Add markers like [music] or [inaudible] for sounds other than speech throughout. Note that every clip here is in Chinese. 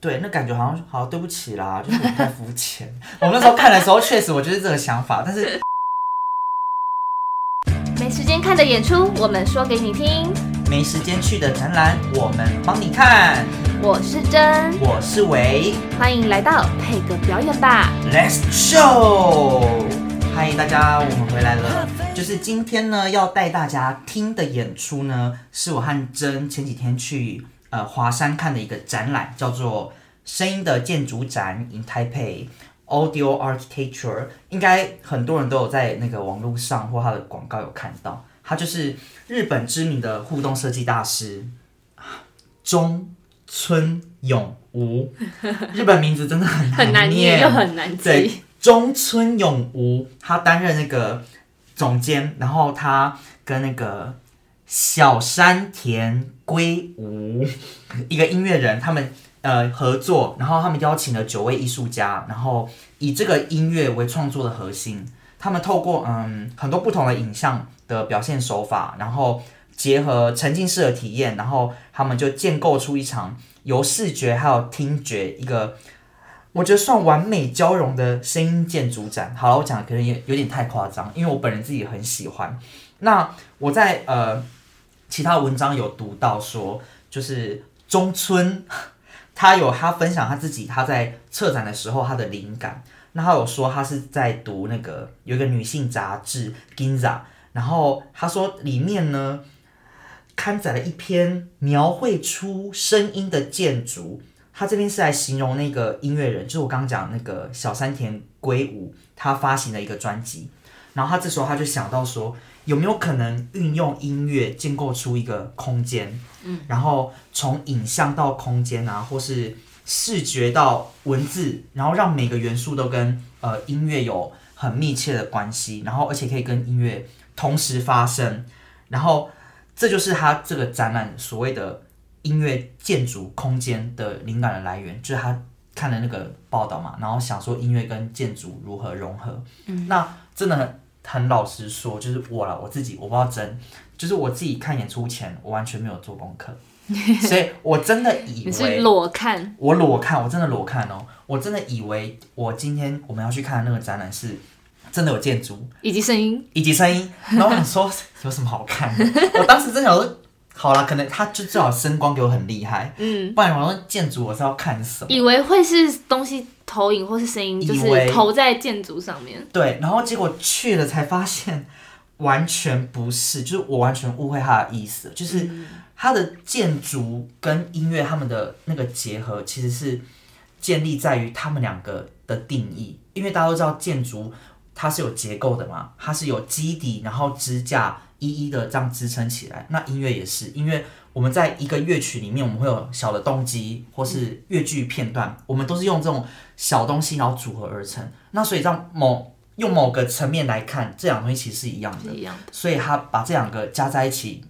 对，那感觉好像好对不起啦，就是我太肤浅。 [laughs] 我那时候看的时候，确实我就是这个想法，但是没时间看的演出，我们说给你听。没时间去的展览，我们帮你看。我是真，我是维欢迎来到配个表演吧。 ，Let's Show。嗨，大家，我们回来了。就是今天呢，要带大家听的演出呢，是我和珍前几天去呃华山看的一个展览，叫做《声音的建筑展 in Taipei》。Audio Architecture，应该很多人都有在那个网络上或他的广告有看到，他就是日本知名的互动设计大师啊中村永吾，日本名字真的很很难念念，又很难对记。，中村永吾他担任那个总监，然后他跟那个小山田圭吾一个音乐人，他们呃合作，然后他们邀请了九位艺术家，然后以这个音乐为创作的核心，他们透过嗯很多不同的影像的表现手法，然后结合沉浸式的体验，然后他们就建构出一场由视觉还有听觉一个我觉得算完美交融的声音建筑展。好了，我讲的可能也有点太夸张，因为我本人自己也很喜欢。那我在呃其他文章有读到说，就是中村他有他分享他自己他在策展的时候他的灵感。那他有说他是在读那个有一个女性杂志《Ginza》，然后他说里面呢刊载了一篇描绘出声音的建筑，他这边是来形容那个音乐人，就是我刚刚讲那个小山田圭吾，他发行的一个专辑。然后他这时候他就想到说，有没有可能运用音乐建构出一个空间？嗯，然后从影像到空间啊，或是视觉到文字，然后让每个元素都跟呃音乐有很密切的关系，然后而且可以跟音乐同时发生。然后这就是他这个展览所谓的音乐建筑空间的灵感的来源，就是他看了那个报道嘛，然后想说音乐跟建筑如何融合。嗯，那真的很很老实说，就是我啦，我自己我不知道真，就是我自己看演出前，我完全没有做功 [laughs] 课，所以我真的以你是为裸看，我裸看，我真的裸看哦，我真的以为我今天我们要去看的那个展览是真的有建筑，以及声音，以及声音，然后我想说 [laughs] 有什么好看的？我当时真想说，好啦，可能他就至少声光给我很厉害，嗯，不然我说建筑我是要看什么？以为会是东西投影或是声音，以就为是投在建筑上面。对，然后结果去了才发现完全不是，就是我完全误会他的意思，就是他的建筑跟音乐他们的那个结合其实是建立在于他们两个的定义，因为大家都知道建筑它是有结构的嘛，它是有基底，然后支架一一的这样支撑起来。那音乐也是，因为我们在一个乐曲里面，我们会有小的动机或是乐句片段，我们都是用这种小东西然后组合而成。那所以让某用某个层面来看，这两个东西其实是一样的是，一样，所以他把这两个加在一起，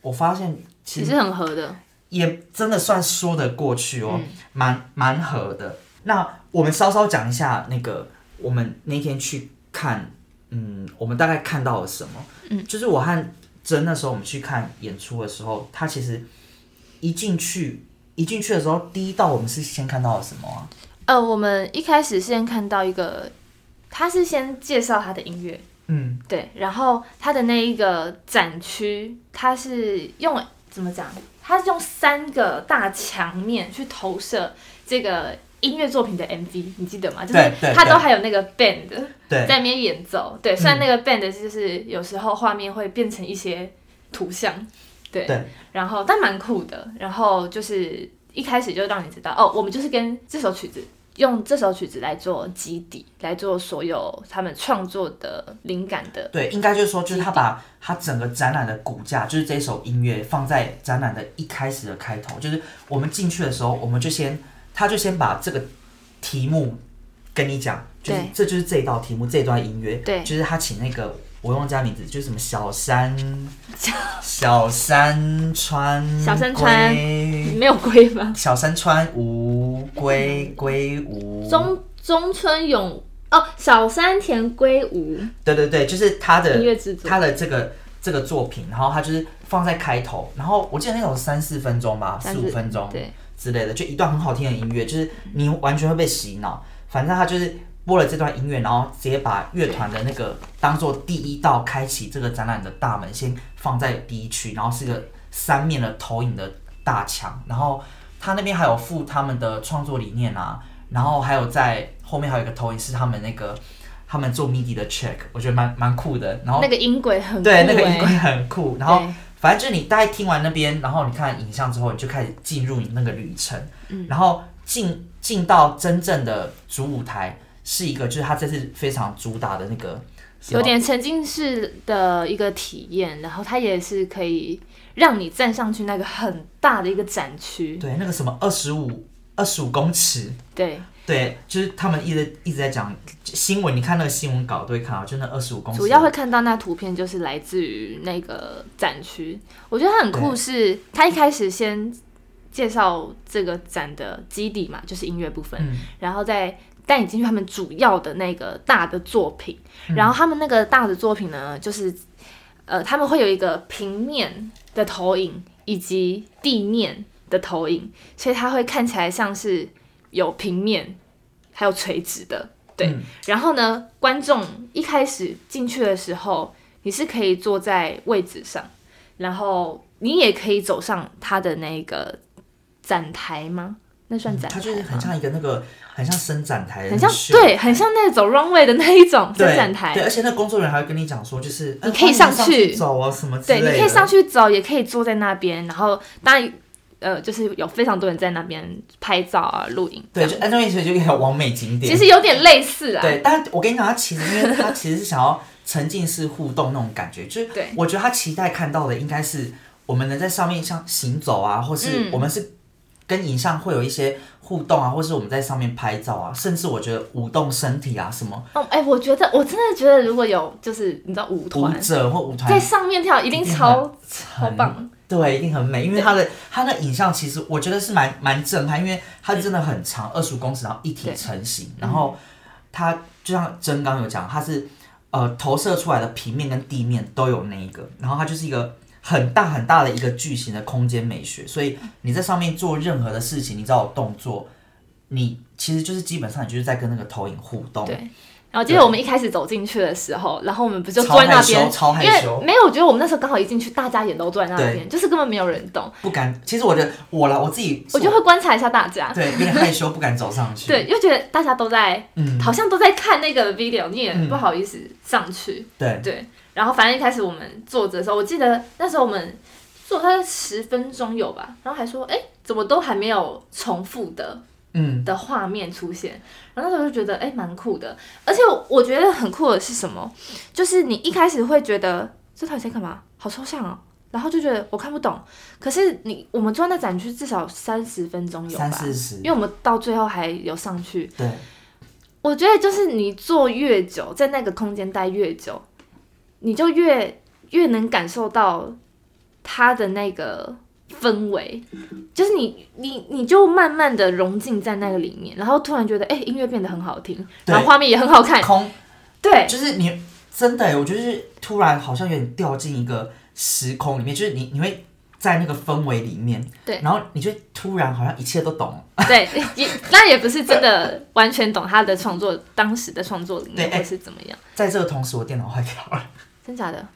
我发现其其实实很合的。也真的算说得过去哦，蛮蛮合的。那我们稍稍讲一下那个我们那天去看，嗯，我们大概看到了什么？嗯，就是我和真那时候我们去看演出的时候，他其实一进去一进去的时候，第一道我们是先看到了什么啊？呃，我们一开始先看到一个，他是先介绍他的音乐，嗯，对，然后它的那一个展区，它是用怎么讲？它是用三个大墙面去投射这个音乐作品的 MV，你记得吗？就是对对它都对还有那个 band 对，嗯在那边演奏。对，虽然那个 band 就是有时候画面会变成一些图像，对，对然后但蛮酷的。然后就是一开始就让你知道，哦，我们就是跟这首曲子。用这首曲子来做基底，来做所有他们创作的灵感的对，应该就是说，就是他把他整个展览的骨架，就是这首音乐放在展览的一开始的开头，就是我们进去的时候，我们就先，他就先把这个题目跟你讲，就是对这就是这一道题目，这一段音乐，对就是他请那个我忘记他名字，就是什么小 [laughs] 山小山川小山川龟 [laughs] 没有龟吗？小山川无龟龟无中中村永哦，小山田圭吾对对对，就是他的音乐制作，他的这个这个作品，然后他就是放在开头，然后我记得那种三四分钟吧，但四是五分钟对，之类的，就一段很好听的音乐，就是你完全会被洗脑。反正他就是播了这段音乐，然后直接把乐团的那个当做第一道开启这个展览的大门，先放在第一区，然后是一个三面的投影的大墙，然后他那边还有附他们的创作理念啊，然后还有在后面还有一个投影是他们那个他们做 MIDI 的 check，我觉得蛮蛮酷的。然后那个音轨很酷对，那个欸音轨很酷。然后对反正就是你大概听完那边，然后你看影像之后，你就开始进入你那个旅程，嗯然后进进到真正的主舞台是一个，就是他这次非常主打的那个什么有点沉浸式的一个体验，然后它也是可以让你站上去那个很大的一个展区，对那个什么二十五二十五公尺。对，对，就是他们一直一直在讲新闻，你看那个新闻稿都会看到，就那二十五公尺，主要会看到那图片就是来自于那个展区。我觉得它很酷对是，它一开始先介绍这个展的基底嘛，就是音乐部分，嗯然后再带你进去他们主要的那个大的作品。嗯然后他们那个大的作品呢，就是呃，他们会有一个平面的投影以及地面的投影，所以它会看起来像是有平面还有垂直的。对，嗯然后呢，观众一开始进去的时候，你是可以坐在位置上，然后你也可以走上它的那个展台吗？那算展台它吗？嗯就是很像一个那个很像伸展台的那很个像秀，对，很像那种 runway 的那一种对伸展对，台。而且那工作人员还会跟你讲说，就是呃你可以上去欢迎走啊什么之类对，的，你可以上去走，也可以坐在那边，然后当然，呃，就是有非常多人在那边拍照啊、录影。对，就按照意思就有完美景点。其实有点类似啊。对，但我跟你讲，他其实因为他其实是想要沉浸式互动那种感 [laughs] 觉，就是对我觉得他期待看到的应该是我们能在上面像行走啊，或是嗯我们是跟影像会有一些互动啊，或是我们在上面拍照啊，甚至我觉得舞动身体啊，什么哦，哎、我觉得我真的觉得，如果有就是你知道舞舞团者或舞在团，上面跳，一定一定超超棒。对，一定很美，因为他的他的影像其实我觉得是蛮蛮震撼，因为它真的很长，二十五公尺，然后一体对嗯成型，然后它就像真刚有讲，它是呃投射出来的平面跟地面都有那一个，然后它就是一个很大很大的一个巨型的空间美学，所以你在上面做任何的事情，你只要有动作，你其实就是基本上你就是在跟那个投影互动，对然后记得我们一开始走进去的时候，然后我们不就超坐在那害羞边，超害因羞为没有，我觉得我们那时候刚好一进去，大家也都坐在那对边，就是根本没有人动，不敢。其实我觉得我啦，我自己我就会观察一下大家。对有点害羞，不敢走上去。， [laughs] 对，又觉得大家都在，嗯，好像都在看那个 video，你也嗯不好意思上去。对，对，然后反正一开始我们坐着的时候，我记得那时候我们坐大概十分钟有吧，然后还说，哎，怎么都还没有重复的嗯。的画面出现，然后那时候就觉得哎蛮、酷的，而且我我觉得很酷的是什么？就是你一开始会觉得这到底在干嘛，好抽象哦，然后就觉得我看不懂。可是你我们坐在那展区至少三十分钟有吧三？四十因，为我们到最后还有上去，对，我觉得就是你坐越久，在那个空间待越久，你就越越能感受到它的那个氛围，就是你你你就慢慢的融进在那个里面，然后突然觉得哎、音乐变得很好听，对然后画面也很好看，空对就是你真的耶，我就是突然好像有点掉进一个时空里面，就是你你会在那个氛围里面，对然后你就突然好像一切都懂了，对，也那也不是真的完全懂他的创作当时的创作理念对哎或是怎么样，在这个同时，我电脑坏掉 [laughs] 了，真假的？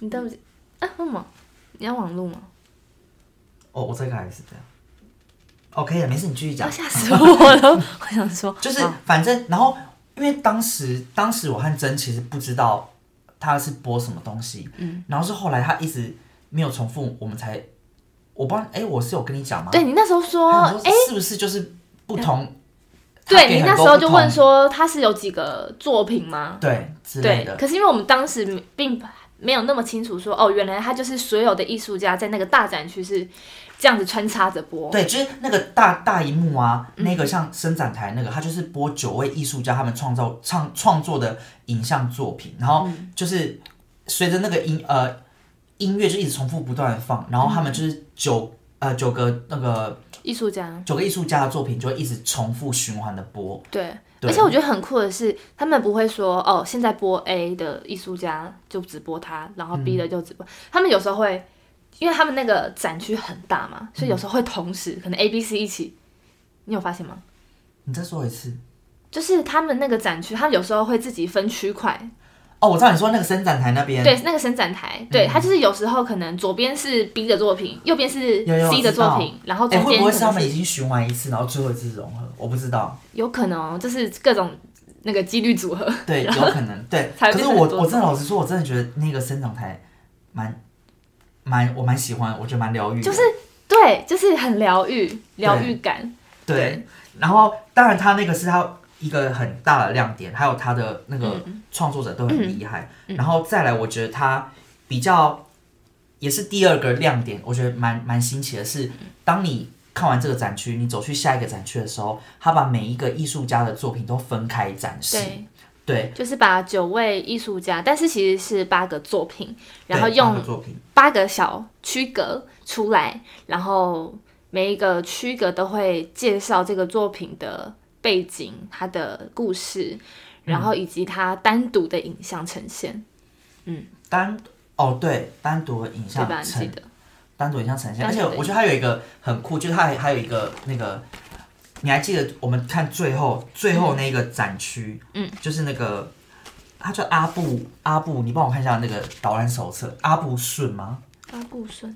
你到底啊为什么？你要网路吗？哦，我这个还是这样，OK 的，没事，你继续要讲，吓死我了！我想说，就是好反正然后因为当时当时我和真其实不知道他是播什么东西，嗯，然后是后来他一直没有重复，我们才我不知道，哎，我是有跟你讲吗？对你那时候说，他想说哎、是不是就是不同？他对给你很那时多候不就同问说他是有几个作品吗？对之类对的，，可是因为我们当时并没有那么清楚说，哦，原来他就是所有的艺术家在那个大展区是这样子穿插着播。对，就是那个大大荧幕啊，嗯那个像伸展台那个，它就是播九位艺术家他们创造创创作的影像作品，然后嗯就是随着那个音呃音乐就一直重复不断的放，然后他们就是九呃九个那个艺术家，九个艺术家的作品就会一直重复循环的播，对。对而且我觉得很酷的是，他们不会说哦，现嗯在播 A 的艺术家就只播他，然后 B 的就只播。他们有时候会因为他们那个展区很大嘛，所以有嗯时候会同时、可能 A、B、C 一起，你有发现吗？你再说一次。就是他们那个展区，他们有时候会自己分区块，哦，我知道你说那个伸展台那边，对，那个伸展台，对，它就是有时候可能左边是 B 的作品，右边是有有 C 的我知道作品，然后哎、中会间不会可是他能们已是经循环一次，然后最后一次融合？我不知道，有可能哦就是各种那个几率组合，对，有可能，对。 [laughs] 才会可是变成我很多我真的老实说，我真的觉得那个生长台蛮蛮我蛮喜欢，我觉得蛮疗愈的。就是 [laughs] 对，就是很疗愈，疗愈感，对，然后当然他那个是他一个很大的亮点，还有他的那个嗯创作者都很厉害。然后再来，我觉得他比较也是第二个亮点，我觉得蛮蛮新奇的嗯是，当你看完这个展区，你走去下一个展区的时候，他把每一个艺术家的作品都分开展示。对，对，就是把九位艺术家，但是其实是八个作品，然后对八用个作品，八个小区隔出来，然后每一个区隔都会介绍这个作品的背景、它的故事，嗯然后以及它单独的影像呈现，单哦对，单独的影对像吧？你记呈得单独影像呈现，而单独且的我觉得它有一个很酷，就是它还还有一个那个，你还记得我们看最后最后嗯那个展区，嗯，就是那个，它叫阿布阿布，你帮我看一下那个导览手册，阿布顺吗？阿布顺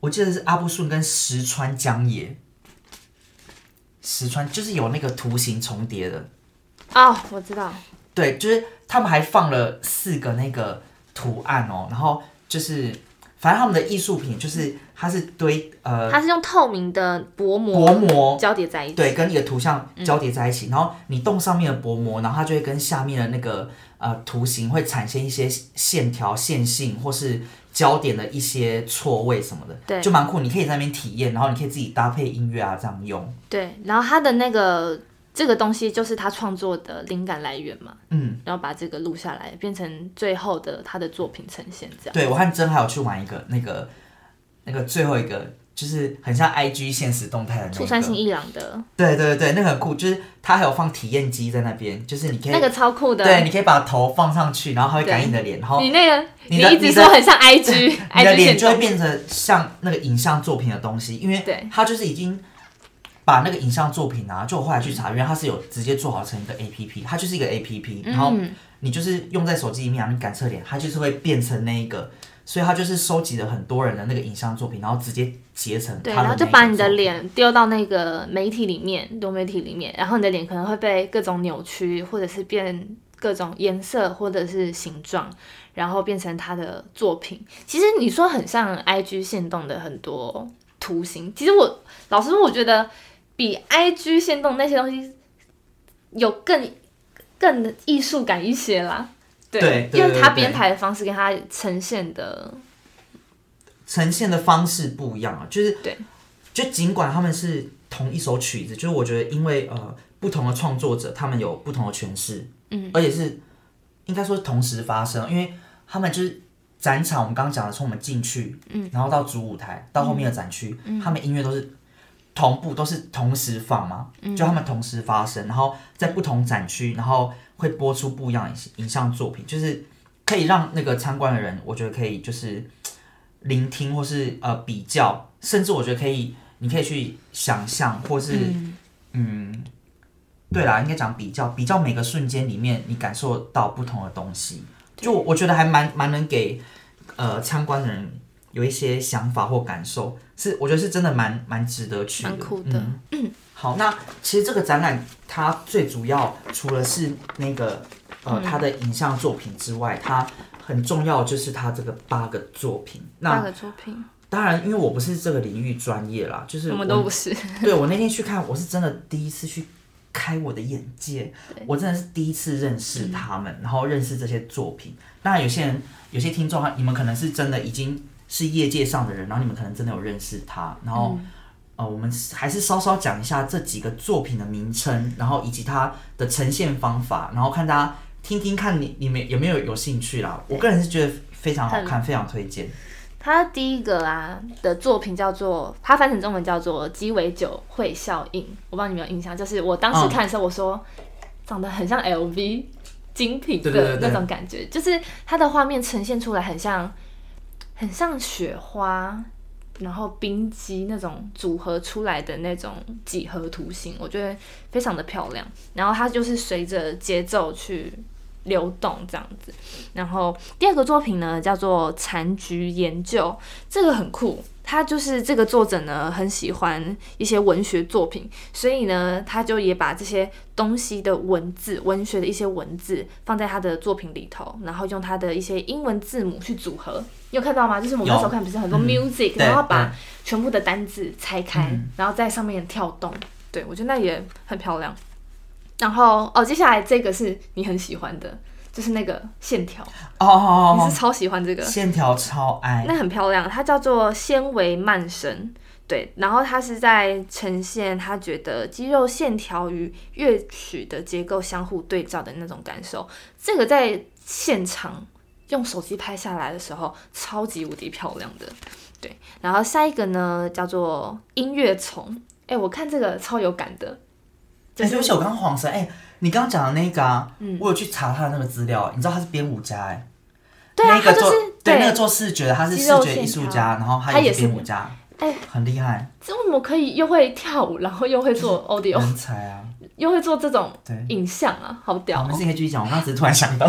我记得是阿布顺跟石川江野，石川就是有那个图形重叠的，哦，我知道，对，就是他们还放了四个那个图案哦，然后就是反正他们的艺术品就是它是堆呃它是用透明的薄薄膜膜。交叠在一起，对，跟你的图像交叠在一起，然后你动上面的薄膜，然后它就会跟下面的那个呃图形会产生一些线条、线性或是焦点的一些错位什么的，对就蛮酷。你可以在那边体验，然后你可以自己搭配音乐啊，这样用。对，然后它的那个这个东西就是他创作的灵感来源嘛，嗯，然后把这个录下来，变成最后的他的作品呈现这样。对我和真还有去玩一个那个那个最后一个，就是很像 IG 现实动态的醋那川信个。一郎的对对对，那个很酷，就是它还有放体验机在那边，就是你可以、那个超酷的，对，你可以把头放上去，然后它会感应你对的脸，然后你那个你你的一直说 [laughs] 很像 IG [laughs] 你的 IG 脸线就会动，变成像那个影像作品的东西，因为对它就是已经把那个影像作品啊，就我后来去查，原来它是有直接做好成一个 A P P，它就是一个 A P P，然后嗯，你就是用在手机里面啊，你感测脸，它就是会变成那一个，所以它就是收集了很多人的那个影像作品，然后直接截成它的那对，然一后个就把你的作品，脸丢到那个媒体里面，多媒体里面，然后你的脸可能会被各种扭曲，或者是变各种颜色或者是形状，然后变成他的作品。其实你说很像 IG 线动的很多图形，其实我老实说，我觉得比 IG 线动那些东西有更更艺术感一些啦。对对因为它对对编排的方式跟它呈现的，呈现的方式不一样啊，就是对，就尽管他们是同一首曲子，就是我觉得因为呃不同的创作者他们有不同的诠释，嗯，而且是应该说是同时发生，因为他们就是展场，我们刚刚讲的从我们进去，嗯，然后到主舞台到后面的展区，他们音乐都是。同步都是同时放嘛，就他们同时发生，然后在不同展区，然后会播出不一样的影影像作品，就是可以让那个参观的人，我觉得可以就是聆听或是呃比较，甚至我觉得可以，你可以去想象或是嗯对啦，应该讲比较，比较每个瞬间里面你感受到不同的东西，就我我觉得还蛮蛮能给呃参观的人有一些想法或感受，是我觉得是真的蛮蛮值得去的蛮，酷的嗯好，那其实这个展览它最主要除了是那个嗯呃它的影像作品之外，它很重要就是它这个八个作品。八那个作品，当然，因为我不是这个领域专业啦，就是我我们都不是。 [laughs] 对我那天去看，我是真的第一次去开我的眼界，我真的是第一次认识他们，然后认识这些作品。当然，有些人、有些听众，你们可能是真的已经是业界上的人，然后你们可能真的有认识他。然后，嗯呃，我们还是稍稍讲一下这几个作品的名称，然后以及它的呈现方法，然后看大家听听看你你们有没有有兴趣啦。我个人是觉得非常好看，非常推荐。他第一个啊的作品叫做，他翻成中文叫做《鸡尾酒会效应》，我不知道你们有印象，就是我当时哦看的时候，我说、长得很像 LV 精品对对对的对那种感觉，就是它的画面呈现出来很像，很像雪花，然后冰肌那种组合出来的那种几何图形，我觉得非常的漂亮。然后它就是随着节奏去流动这样子。然后第二个作品呢叫做《残局研究》，这个很酷。他就是这个作者呢，很喜欢一些文学作品，所以呢，他就也把这些东西的文字、文学的一些文字放在他的作品里头，然后用他的一些英文字母去组合。你有看到吗？就是我们那时候看，不是很多嗯 music，、对然后把全部的单字拆开，嗯然后在上面跳动。对我觉得那也很漂亮。然后哦，接下来这个是你很喜欢的，就是那个线条，哦哦你哦是超喜欢这个哦，。线条超爱，那很漂亮，它叫做纤维曼绳。对，然后它是在呈现他觉得肌肉线条与乐曲的结构相互对照的那种感受。这个在现场用手机拍下来的时候，超级无敌漂亮的。对，然后下一个呢叫做音乐虫。哎，我看这个超有感的，就哎、是对不起，我刚刚恍神。哎、你刚刚讲的那个啊，嗯我有去查他的那个资料，你知道他是编舞家哎、对啊，那个它就做是对对那个做视觉的，他是肌视肉觉艺术线条家，然后他也也是编舞家，哎很厉害，这为什么可以又会跳舞，然后又会做 audio，人才啊！又会做这种对，影像啊，好屌、好，我哦们！是可以继续讲，我刚刚只是突然想 [laughs] 到，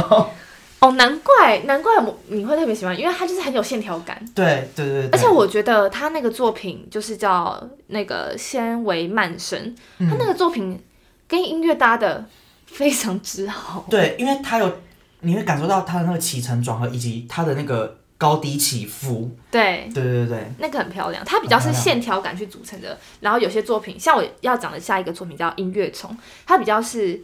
哦，难怪难怪我你会特别喜欢，因为它就是很有线条感。对对对对，而且我觉得他那个作品就是叫那个纤维曼神，嗯他那个作品跟音乐搭的非常之好。对，因为他有你会感受到他的那个起承转合以及他的那个高低起伏，对，对对对对，那个很漂亮，它比较是很漂亮线条感去组成的。然后有些作品，像我要讲的下一个作品叫《音乐虫》，它比较是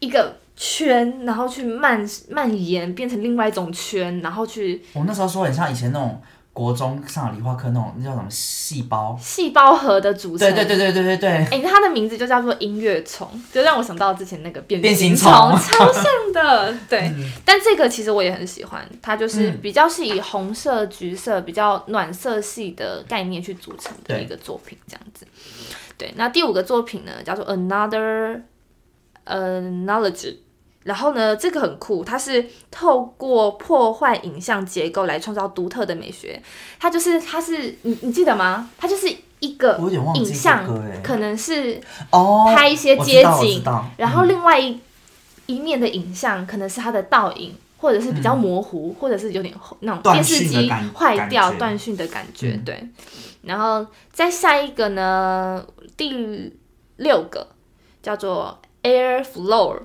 一个圈，然后去蔓蔓延变成另外一种圈，然后去我那时候说很像以前那种国中上理化课那种那叫什么细胞，细胞核的组成。对对对对对对对，哎、它的名字就叫做音乐虫，就让我想到之前那个变变形虫，虫嗯超像的。对， [laughs] 但这个其实我也很喜欢，它就是比较是以红色、橘色比较暖色系的概念去组成的一个作品，这样子。对，那第五个作品呢，叫做 Another Analogy。然后呢，这个很酷，它是透过破坏影像结构来创造独特的美学。它就是，它是你你记得吗？它就是一个我有点忘影记这像个哎，可能是哦，拍一些我街知道我知景，道，嗯然后另外一一面的影像可能是它的倒影，或者是比较模糊，或者是有点那种嗯断电视讯的机感坏掉感觉断讯的感觉，嗯对。然后再下一个呢，第六个叫做 Air Flow。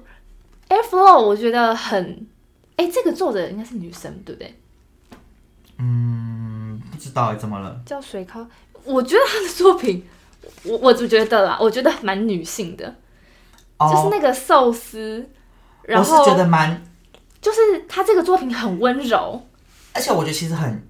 Air Flow 我觉得很，哎，这个作者应该是女生，对不对？嗯，不知道哎，怎么了？叫水靠，我觉得她的作品，我我只觉得啦，我觉得蛮女性的。就是哦，那个寿司，然我是后觉得蛮，就是他这个作品很温柔，而且我觉得其实很，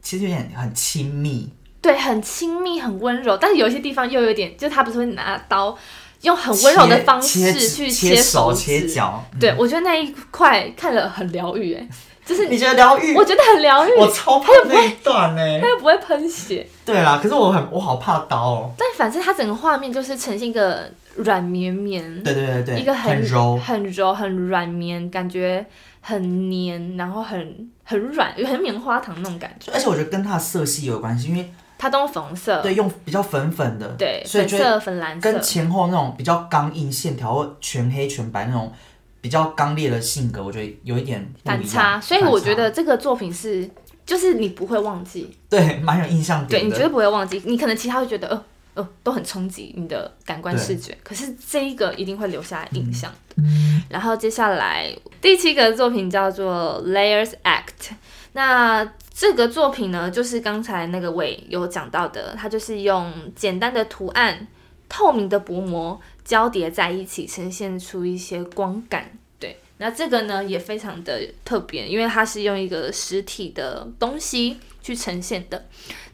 其实有点很亲密，对，很亲密，很温柔，但是有一些地方又有点，就是他不是会拿刀用很温柔的切方切式去切手手指，切脚，嗯对我觉得那一块看了很疗 [laughs] 愈，哎，就是你觉得疗愈？我觉得很疗愈，我超怕那一段呢、他又不会喷血，对啦，可是我很我好怕刀哦。但反正他整个画面就是呈现一个软绵绵，对对对对，一个很很柔，很柔、很软绵，感觉很黏，然后很很软，有很棉花糖那种感觉。就而且我觉得跟它的色系有关系，因为它都用粉红色，对用比较粉粉的，呃对，所以粉就会色、粉蓝色跟，前后那种比较刚硬线条或全黑全白那种比较刚烈的性格，我觉得有一点不一样反差。所以我觉反得这个作品是，就是你不会忘记，差对蛮有印象对点你的。绝对不会忘记。你可能其他会觉得，呃呃，都很冲击你的感官视觉，可是这一个一定会留下印象的。嗯然后接下来第七个作品叫做《Layers Act》，那这个作品呢，就是刚才那个伟有讲到的，它就是用简单的图案、透明的薄膜交叠在一起，呈现出一些光感。对，那这个呢也非常的特别，因为它是用一个实体的东西去呈现的。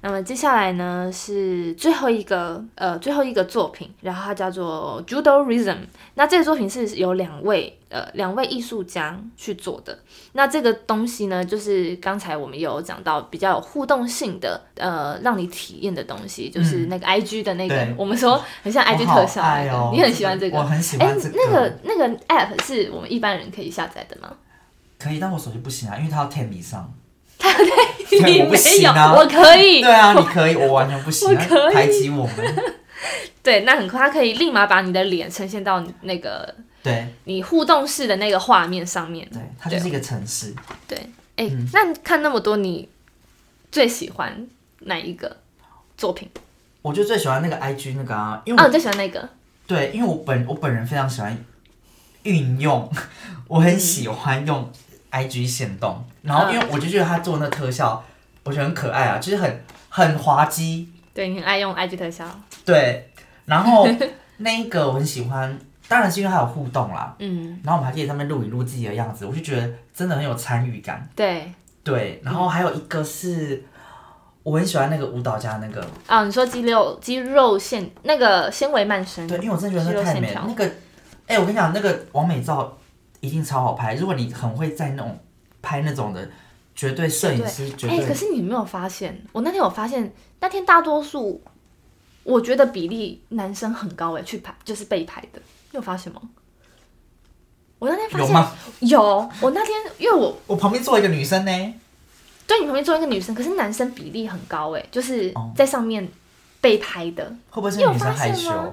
那么接下来呢是最后一个呃最后一个作品，然后它叫做 Judoism。那这个作品是由两位呃两位艺术家去做的。那这个东西呢，就是刚才我们有讲到比较有互动性的呃让你体验的东西，就是那个 IG 的那个，对我们说很像 IG 我好特效那爱个、哦，你很喜欢这我个。很喜哎、欢这个。那个那个 app 是我们一般人可以下载的吗？ [laughs] 可以，但我手机不行啊，因为它要 Ten 以上。对 [laughs] 你我不没行有，啊我可以。对啊，你可以，我完全不行，啊 [laughs] 我可以排挤我们。对，那很快，他可以立马把你的脸呈现到你那个对你互动式的那个画面上面。对，它就是一嗯个城市。 [laughs] 对，哎、那你看那么多，你最喜欢哪一个作品？我就最喜欢那个 IG 那个啊，因为啊，我、你最喜欢那个？对，因为我本我本人非常喜欢运用， [laughs] 我很喜欢用 IG 线动，然后因为我就觉得他做那特效，我觉得很可爱啊，就是很很滑稽，对你很爱用 IG 特效。对，然后那一个我很喜欢，当然是因为它有互动啦，嗯，然后我们还可以在上面录一录自己的样子，我就觉得真的很有参与感，对。对，然后还有一个是我很喜欢那个舞蹈家那个，啊，你说肌肉肌肉线那个纤维漫伸，对，因为我真的觉得肌那肉太线美了条。那个，哎、我跟你讲，那个完美照一定超好拍。如果你很会在那种拍那种的，绝对摄影师绝哎、对。可是你没有发现，我那天有发现，那天大多数我觉得比例男生很高哎，去拍就是被拍的，你有发现吗？我那天发有现吗有我那天因为我我旁边坐一个女生呢，对你旁边坐一个女生，可是男生比例很高哎，就是哦在上面被拍的。会不会是你有女生发害现羞？吗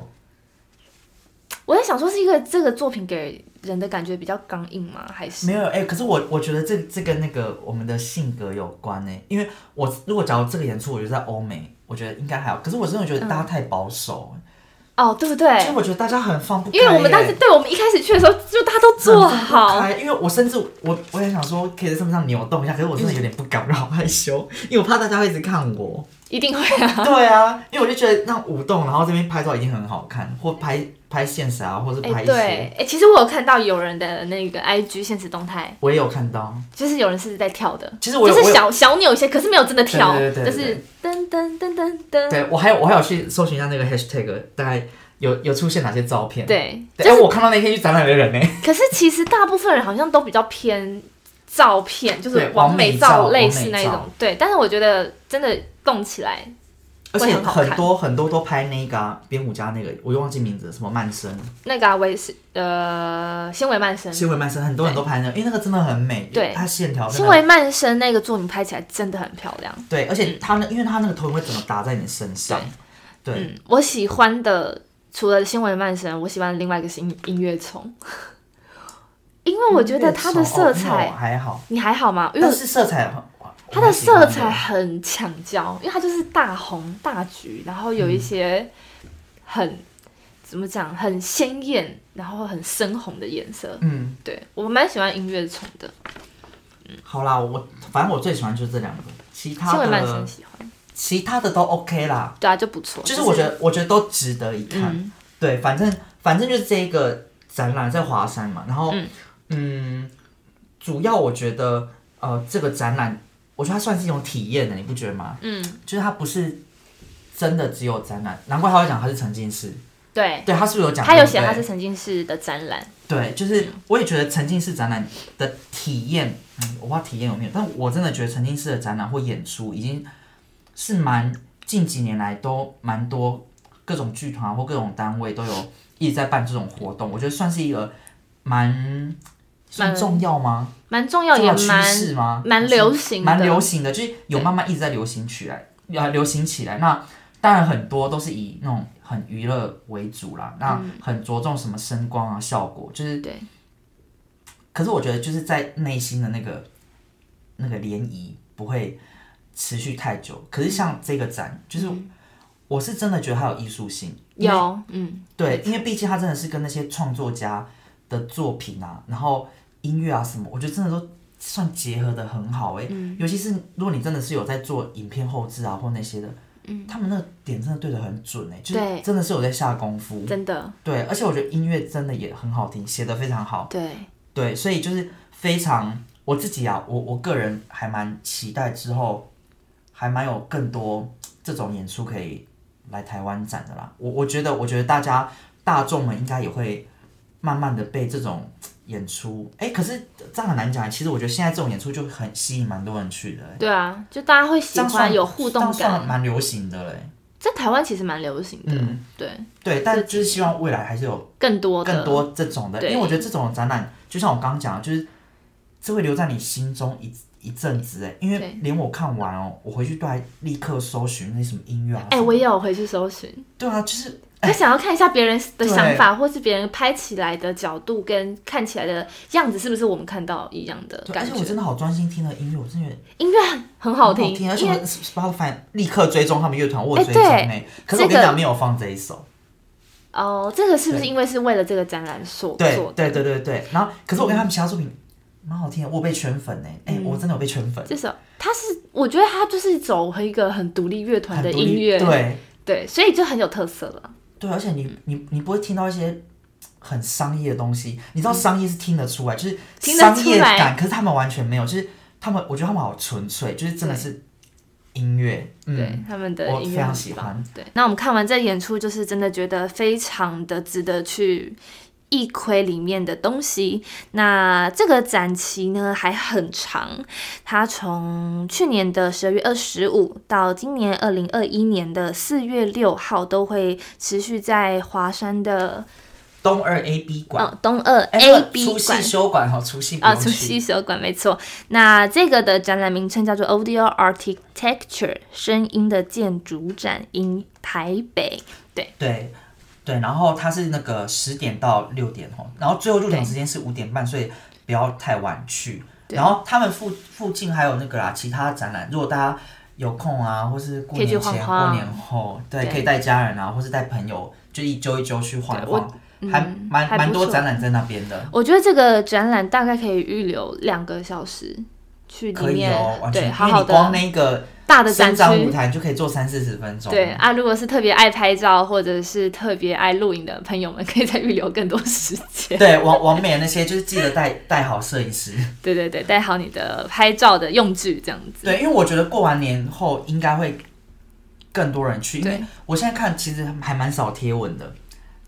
我在想说，是一个这个作品给人的感觉比较刚硬吗？还是没有，哎、可是我我觉得这这跟那个我们的性格有关呢，因为我如果假如这个演出我就在欧美，我觉得应该还好。可是我真的觉得大家太保守，哦，对不嗯对？其实我觉得大家很放不开因耶，为我们当时对哦我们一开始去的时候，就大家都做很放不好，嗯开因为我甚至我我也想说可以在上面上扭动一下，可是我真嗯的有点不敢，我好害羞，因为我怕大家会一直看我。一定会 [laughs] [laughs] 啊。对啊，因为我就觉得那舞动，然后这边拍照已经很好看，或拍拍现实啊，或是哎、拍一些。对，哎、其实我有看到有人的那个 IG 现实动态，我也有看到，就是有人是在跳的，其实我有就是我有小小扭一些，可是没有真的跳，对对对对就是噔噔噔噔噔，对我还有我还有去搜寻一下那个 hashtag，大概有有出现哪些照片。，对哎、就是我看到那天去展览的人呢、可是其实大部分人好像都比较偏照片，就是对完完美美照类似完那美一种照，对。但是我觉得真的动起来，而且 [laughs] 会很好看很多很多都拍那个啊编、舞家那个，我又忘记名字了，什么曼生，那个啊，维是呃纤维曼生，纤维曼生，很多人都拍那个，因为那个真的很美，对它线条真纤的维曼生那个作品拍起来真的很漂亮。对，而嗯且它那，因为它那个投影会整个打在你身上。对，嗯，我喜欢的除了新闻曼神，我喜欢另外一个是音音乐虫， [laughs] 因为我觉得它的色哦那彩我，还好，你还好吗？因为但是色彩很它的色彩。我很抢焦，因为它就是大红大橘，然后有一嗯些很、怎么讲，很鲜艳，然后很深红的颜色。蛮喜欢的嗯，对我蛮喜欢音乐虫的，好啦，我反正我最喜欢就是这两个，其他新闻曼神的喜欢，其他的都 OK 啦，对啊，就不错。就是我觉得我觉得都值得一看。嗯，对，反正反正就是这一个展览在华山嘛，然后嗯嗯主要我觉得呃这个展览，我觉得它算是一种体验的，你不觉得吗？嗯，就是它不是真的只有展览，难怪他会讲他是沉浸式。对，对，他是不是有讲？哎他有写他对是沉浸式的展览，对，就是我也觉得沉浸式展览的体验，嗯，我不知道体验有没有，但我真的觉得沉浸式的展览或演出已经是蛮近几年来都蛮多各种剧团啊或各种单位都有一直在办这种活动，我觉得算是一个蛮算蛮重要吗？蛮重要重也要趋蛮势吗？蛮流行的，蛮流行的，就是有慢慢一直在流行起来，啊，流行起来。那当然很多都是以那种很娱乐为主啦，那嗯很着重什么声光啊、效果，就是对。可是我觉得就是在内心的那个那个涟漪不会持续太久。可是像这个展，就是我是真的觉得它有艺术性，因为嗯有，嗯，对，因为毕竟他真的是跟那些创作家的作品啊，然后音乐啊什么，我觉得真的都算结合的很好诶、尤其是如果你真的是有在做影片后置啊或那些的，嗯，他们那个点真的对的很准诶、就是对真的是有在下功夫。真的，对，而且我觉得音乐真的也很好听，写的非常好。对，对，所以就是非常我自己啊，我我个人还蛮期待之后还蛮有更多这种演出可以来台湾展的啦。我我觉得，我觉得大家大众们应该也会慢慢的被这种演出，哎、可是这样很难讲。其实我觉得现在这种演出就很吸引蛮多人去的、对啊，就大家会喜这样算欢有互这样动算感，蛮流行的嘞。在台湾其实蛮流行的，嗯，对，对，但就是希望未来还是有更多的，更多这种的，因对为我觉得这种展览，就像我刚刚讲的，就是这会留在你心中一一阵子哎，因对为连我看完哦，我回去都还立刻搜寻那什么音乐啊。哎、什么我也有回去搜寻，对啊，就是就想要看一下别人的对想法，或是别人拍起来的角度跟看起来的样子，是不是我们看到一样的对，而感且觉我？真的好专心听了音乐，我真的觉得音乐很很好听，而且因我为 Spotify 立刻追踪他们乐团，我有哎追踪对哎、可是我这跟你个讲，没有放这一首。哦，这个是不是对因为是为了这个展览所对做的？嗯对对对对，然后可是我跟他们其他作品蛮好听的，我有被圈粉哎、哎、我真的有被圈粉。这首它是，我觉得它就是走一个很独立乐团很的独立音乐，对对所以就很有特色了。对，而且嗯你你你不会听到一些很商业的东西，你知道商业是听得出来，就是嗯听得出来商业感，可是他们完全没有，就是他们，我觉得他们好纯粹，就是真的是音乐，对嗯，他们的我音非乐常很喜棒欢。对，那我们看完这演出，就是真的觉得非常的值得去一窥里面的东西。那这个展期呢还很长，它从去年的十二月二十五到今年二零二一年的四月六号，都会持续在华山的东二 A B 馆。呃东二哎 A 不 B 除夕馆休馆哈，除夕不啊，用除去夕手馆没错。那这个的展览名称叫做 Audio Architecture 声音的建筑展 in 台北。对对，然后它是那个十点到六点吼，然后最后入场时间是五点半，所以不要太晚去。对然后他们附附近还有那个啦，其他展览，如果大家有空啊，或是过可以年去前、晃晃过年后，对，对可以带家人啊，或是带朋友，就一揪一揪去晃一对我晃，还嗯蛮还蛮不多错展览在那边的。我觉得这个展览大概可以预留两个小时去可里以面，哦，完全，对，好因为好你光的那个大的展伸展舞区。台你就可以做三四十分钟。对啊，如果是特别爱拍照或者是特别爱录影的朋友们，可以再预留更多时间。 [laughs] 对，王王美那些就是记得带带好摄影师。对对对，带好你的拍照的用具，这样子。对，因为我觉得过完年后应该会更多人去，因为对我现在看其实还蛮少贴文的。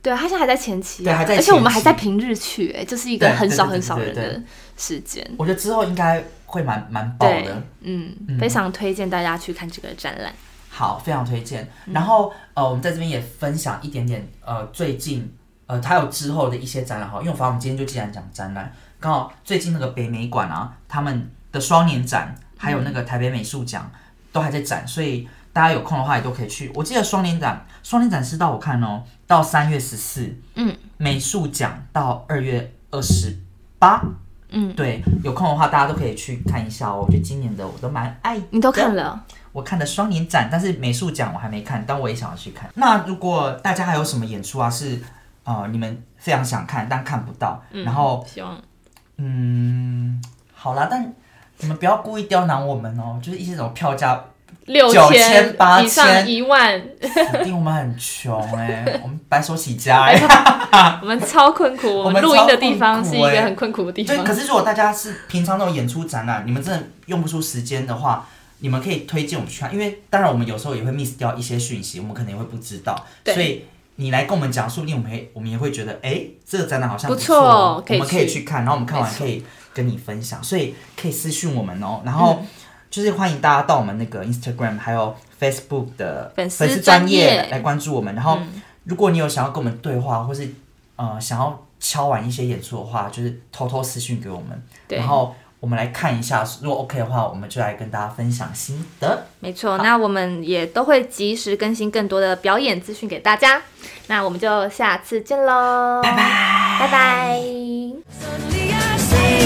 对，他现在还在前期啊、对还在而且我们前还期在平日去、哎，就是一个对很对少对很对少对人对的时间。我觉得之后应该会蛮蛮爆嗯对的，，嗯，嗯非常推荐大家去看这个展览。好，非常推荐。嗯然后呃，我们在这边也分享一点点呃最近呃还有之后的一些展览哈，因为我发现我们今天就既然讲展览，刚好最近那个北美馆啊，他们的双年展，还有那嗯个台北美术奖都还在展，所以大家有空的话也都可以去。我记得双年展，双年展是到我看哦，到三月十四，嗯，美术奖到二月二十八，嗯，对，有空的话大家都可以去看一下哦。我觉得今年的我都蛮爱你都看了？我看的双年展，但是美术奖我还没看，但我也想要去看。那如果大家还有什么演出啊，是呃你们非常想看但看不到，嗯然后希望嗯，好啦，但你们不要故意刁难我们哦，就是一些什么票价，六千八以上千一万，肯定我们很穷哎、我们白手起家哎、 [laughs] 我们超困苦。 [laughs] 我我们们录音的地超方困苦是一个欸很困苦的地对，方可。是如果大家是平常那种演出展览，你们真的用不出时间的话，你们可以推荐我们去看，啊因为当然我们有时候也会 miss 掉一些讯息，我们可能也会不知道，对所以你来跟我们讲，说不定我们也我们也会觉得，哎、这个展览好像不错错哦，可以我们可以去去看，然后我们看完没错嗯可以跟你分享，所以可以私讯我们哦，然后就是欢迎大家到我们那个 Instagram 还有 Facebook 的粉丝丝专专嗯业页来关注我们，然后如果你有想要跟我们对话，或是呃想要敲完一些演出的话，就是偷偷私讯给我们，对然后我们来看一下，如果 OK 的话，我们就来跟大家分享心得。没错，那我们也都会及时更新更多的表演资讯给大家。那我们就下次见喽，拜拜，拜拜。 Suddenly I see